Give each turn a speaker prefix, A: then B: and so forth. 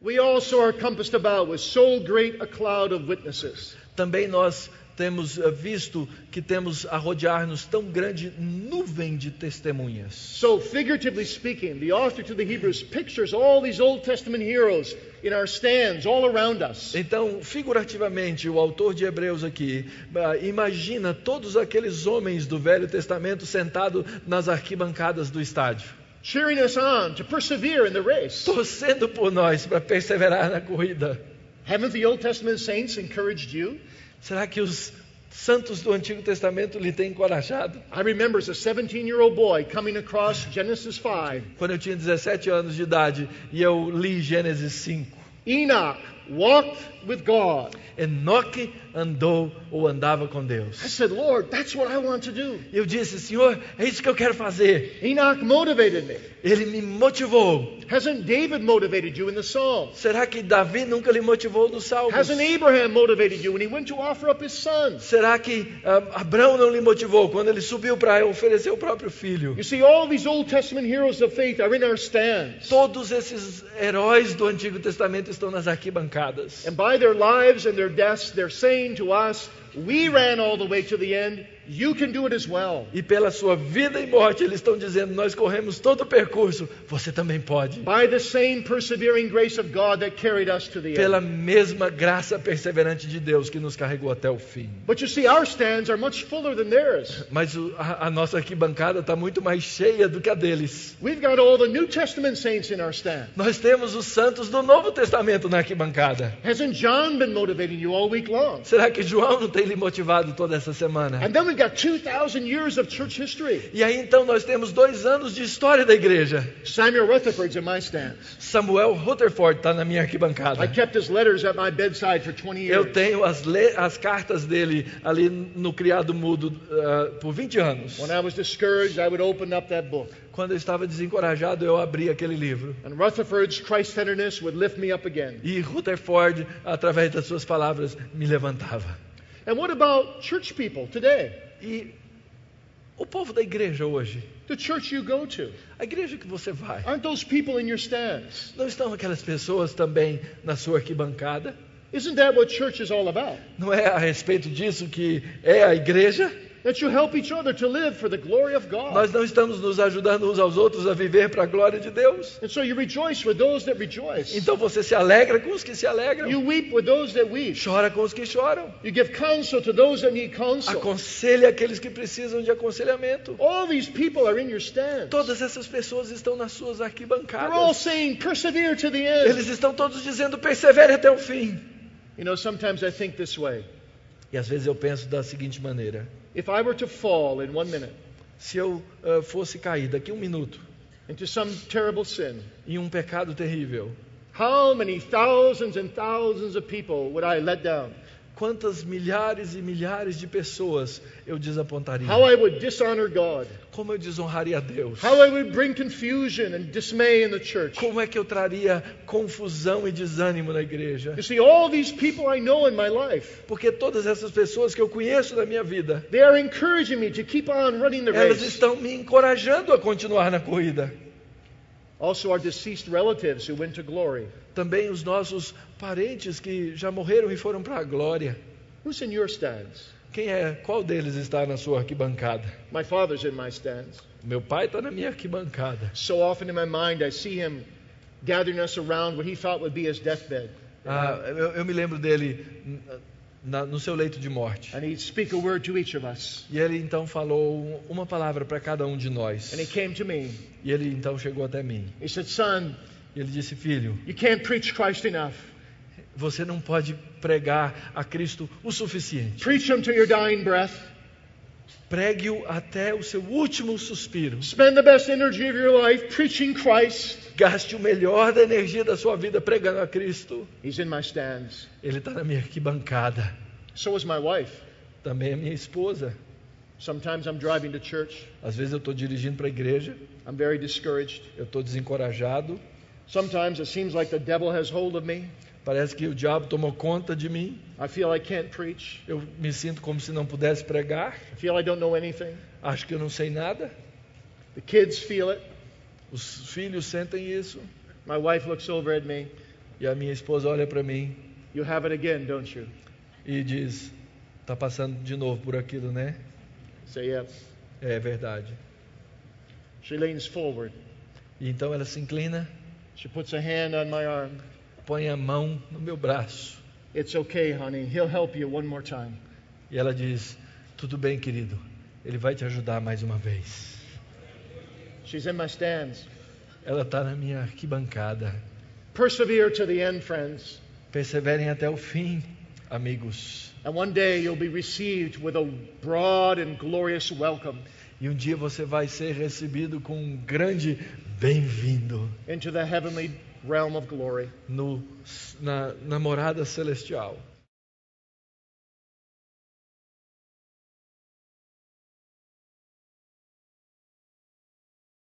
A: we also are compassed about with so great a cloud of witnesses.
B: Também nós temos eh, visto que temos a rodear-nos tão grande nuvem de testemunhas.
A: So, figuratively speaking, the author to the Hebrews pictures all these Old Testament heroes in our stands all around us.
B: Então, figurativamente, o autor de Hebreus aqui ah, imagina todos aqueles homens do Velho Testamento sentados nas arquibancadas do estádio,
A: cheering us on to persevere in the race.
B: torcendo por nós para perseverar na corrida.
A: Haven't the Old Testament saints encouraged you?
B: Será que os santos do Antigo Testamento lhe têm encorajado?
A: I remember as a 17 year old boy coming across Genesis 5.
B: Quando eu tinha 17 anos de idade e eu li Gênesis 5,
A: Enoch walked with God.
B: Enoque andou ou andava com
A: I
B: Deus.
A: said, Lord, that's what I want to do.
B: Eu disse, Senhor, é isso que eu quero fazer.
A: Enoch motivated me.
B: Ele me motivou.
A: Hasn't David motivated you in the Psalms?
B: Será que Davi nunca lhe motivou nos salmos?
A: Hasn't Abraham motivated you when he went to offer up his son?
B: Será que ah, Abraão não lhe motivou quando ele subiu para oferecer o próprio filho?
A: You see, all these Old Testament heroes of faith are in our stands.
B: Todos esses heróis do Antigo Testamento estão nas arquibancadas.
A: And by their lives and their deaths, they're saying to us, We ran all the way to the end. You can do it as well.
B: E pela sua vida e morte, eles estão dizendo: Nós corremos todo o percurso, você também pode.
A: By the same persevering grace of God that carried us to the
B: Pela
A: end.
B: mesma graça perseverante de Deus que nos carregou até o fim.
A: But you see, our stands are much fuller than theirs.
B: Mas o- a, a nossa arquibancada está muito mais cheia do que a deles.
A: We've got all the New Testament saints in our stand.
B: Nós temos os santos do Novo Testamento na arquibancada.
A: Hasn't John been motivating you all week long?
B: Será que João não tem lhe motivado toda essa semana?
A: And then we've got 2,000 years of church history.
B: E aí então nós temos dois anos de história da igreja.
A: Samuel Rutherford's in my stands.
B: Samuel Rutherford está na minha
A: I
B: arquibancada.
A: kept his letters at my bedside for 20
B: Eu
A: years.
B: tenho as, le- as cartas dele ali no criado mudo ah, por 20 anos.
A: When I was discouraged, I would open up that book.
B: Quando eu estava desencorajado, eu abri aquele livro.
A: And Rutherford's Christ centeredness would lift me up again.
B: E Rutherford, através das suas palavras, me levantava.
A: And what about church people today?
B: E o povo da igreja hoje,
A: The church you go to.
B: a igreja que você vai,
A: Aren't those people in your stands?
B: não estão aquelas pessoas também na sua arquibancada?
A: Isn't that what church is all about?
B: Não é a respeito disso que é a igreja?
A: That you help each other to live for the glory of God.
B: Nós não estamos nos ajudando uns aos outros a viver para a glória de Deus?
A: And so you rejoice with those that rejoice.
B: Então você se alegra com os que se alegram,
A: You weep with those that weep.
B: chora com os que choram,
A: You give counsel to those that need counsel.
B: aconselha aqueles que precisam de aconselhamento.
A: All these people are in your stands.
B: Todas essas pessoas estão nas suas
A: They're all
B: arquibancadas.
A: saying, persevere to the end.
B: Eles estão todos dizendo: persevere até o fim.
A: You know, sometimes I think this way.
B: E às vezes eu penso da seguinte maneira:
A: If I were to fall in one minute
B: se eu ah, fosse cair daqui um minuto
A: into some terrible sin,
B: em um pecado terrível,
A: how many thousands and thousands of people would I let down?
B: quantas milhares e milhares de pessoas eu desapontaria?
A: How I would dishonor God.
B: Como eu desonraria a Deus?
A: How I would bring confusion and dismay in the church.
B: Como é que eu traria confusão e desânimo na igreja?
A: You see, all these people I know in my life,
B: Porque todas essas pessoas que eu conheço na minha vida,
A: they are encouraging me to keep on running the
B: elas
A: race.
B: estão me encorajando a continuar na corrida.
A: Also, our deceased relatives who went to glory.
B: Também os nossos parentes que já morreram e foram para a glória.
A: Who's in your stands?
B: Quem é? Qual deles está na sua arquibancada?
A: My father's in my stands.
B: Meu pai está na minha arquibancada.
A: So often in my mind, I see him gathering us around what he thought would be his deathbed.
B: Ah, eu, eu me lembro dele n- na- no seu leito de morte.
A: And he'd speak a word to each of us.
B: E ele então falou uma palavra para cada um de nós.
A: And he came to me.
B: E ele então chegou até mim.
A: He said, Son,
B: E ele disse: Filho,
A: you can't preach Christ enough.
B: Você não pode pregar a Cristo o suficiente.
A: Preach him to your dying breath.
B: Pregue-o até o seu último suspiro.
A: Spend the best energy of your life preaching Christ.
B: Gaste o melhor da energia da sua vida pregando a Cristo.
A: He's in my stands.
B: Ele está na minha arquibancada.
A: So is my wife.
B: Também a minha esposa.
A: Sometimes I'm driving to church.
B: Às vezes eu estou dirigindo para a igreja,
A: I'm very discouraged.
B: eu estou desencorajado.
A: Sometimes it seems like the devil has hold of me.
B: Parece que o diabo tomou conta de mim.
A: I feel I can't preach.
B: Eu me sinto como se não pudesse pregar.
A: I feel I don't know anything.
B: Acho que eu não sei nada.
A: The kids feel it.
B: Os filhos sentem isso.
A: My wife looks over at me.
B: E a minha esposa olha para mim
A: You have it again, don't you?
B: e diz: Tá passando de novo por aquilo, né?
A: Say yes.
B: É verdade.
A: She leans forward.
B: E então ela se inclina,
A: She puts a hand on my arm.
B: põe a mão no meu braço
A: It's okay, honey. He'll help you one more time.
B: e ela diz: Tudo bem, querido. Ele vai te ajudar mais uma vez.
A: She's in my stands.
B: Ela está na minha arquibancada.
A: Persevere to the end, friends.
B: Perseverem até o fim, amigos.
A: And one day you'll be received with a broad and glorious welcome
B: E um dia você vai ser recebido com um grande bem-vindo
A: into the heavenly realm of glory.
B: no- na, na morada celestial.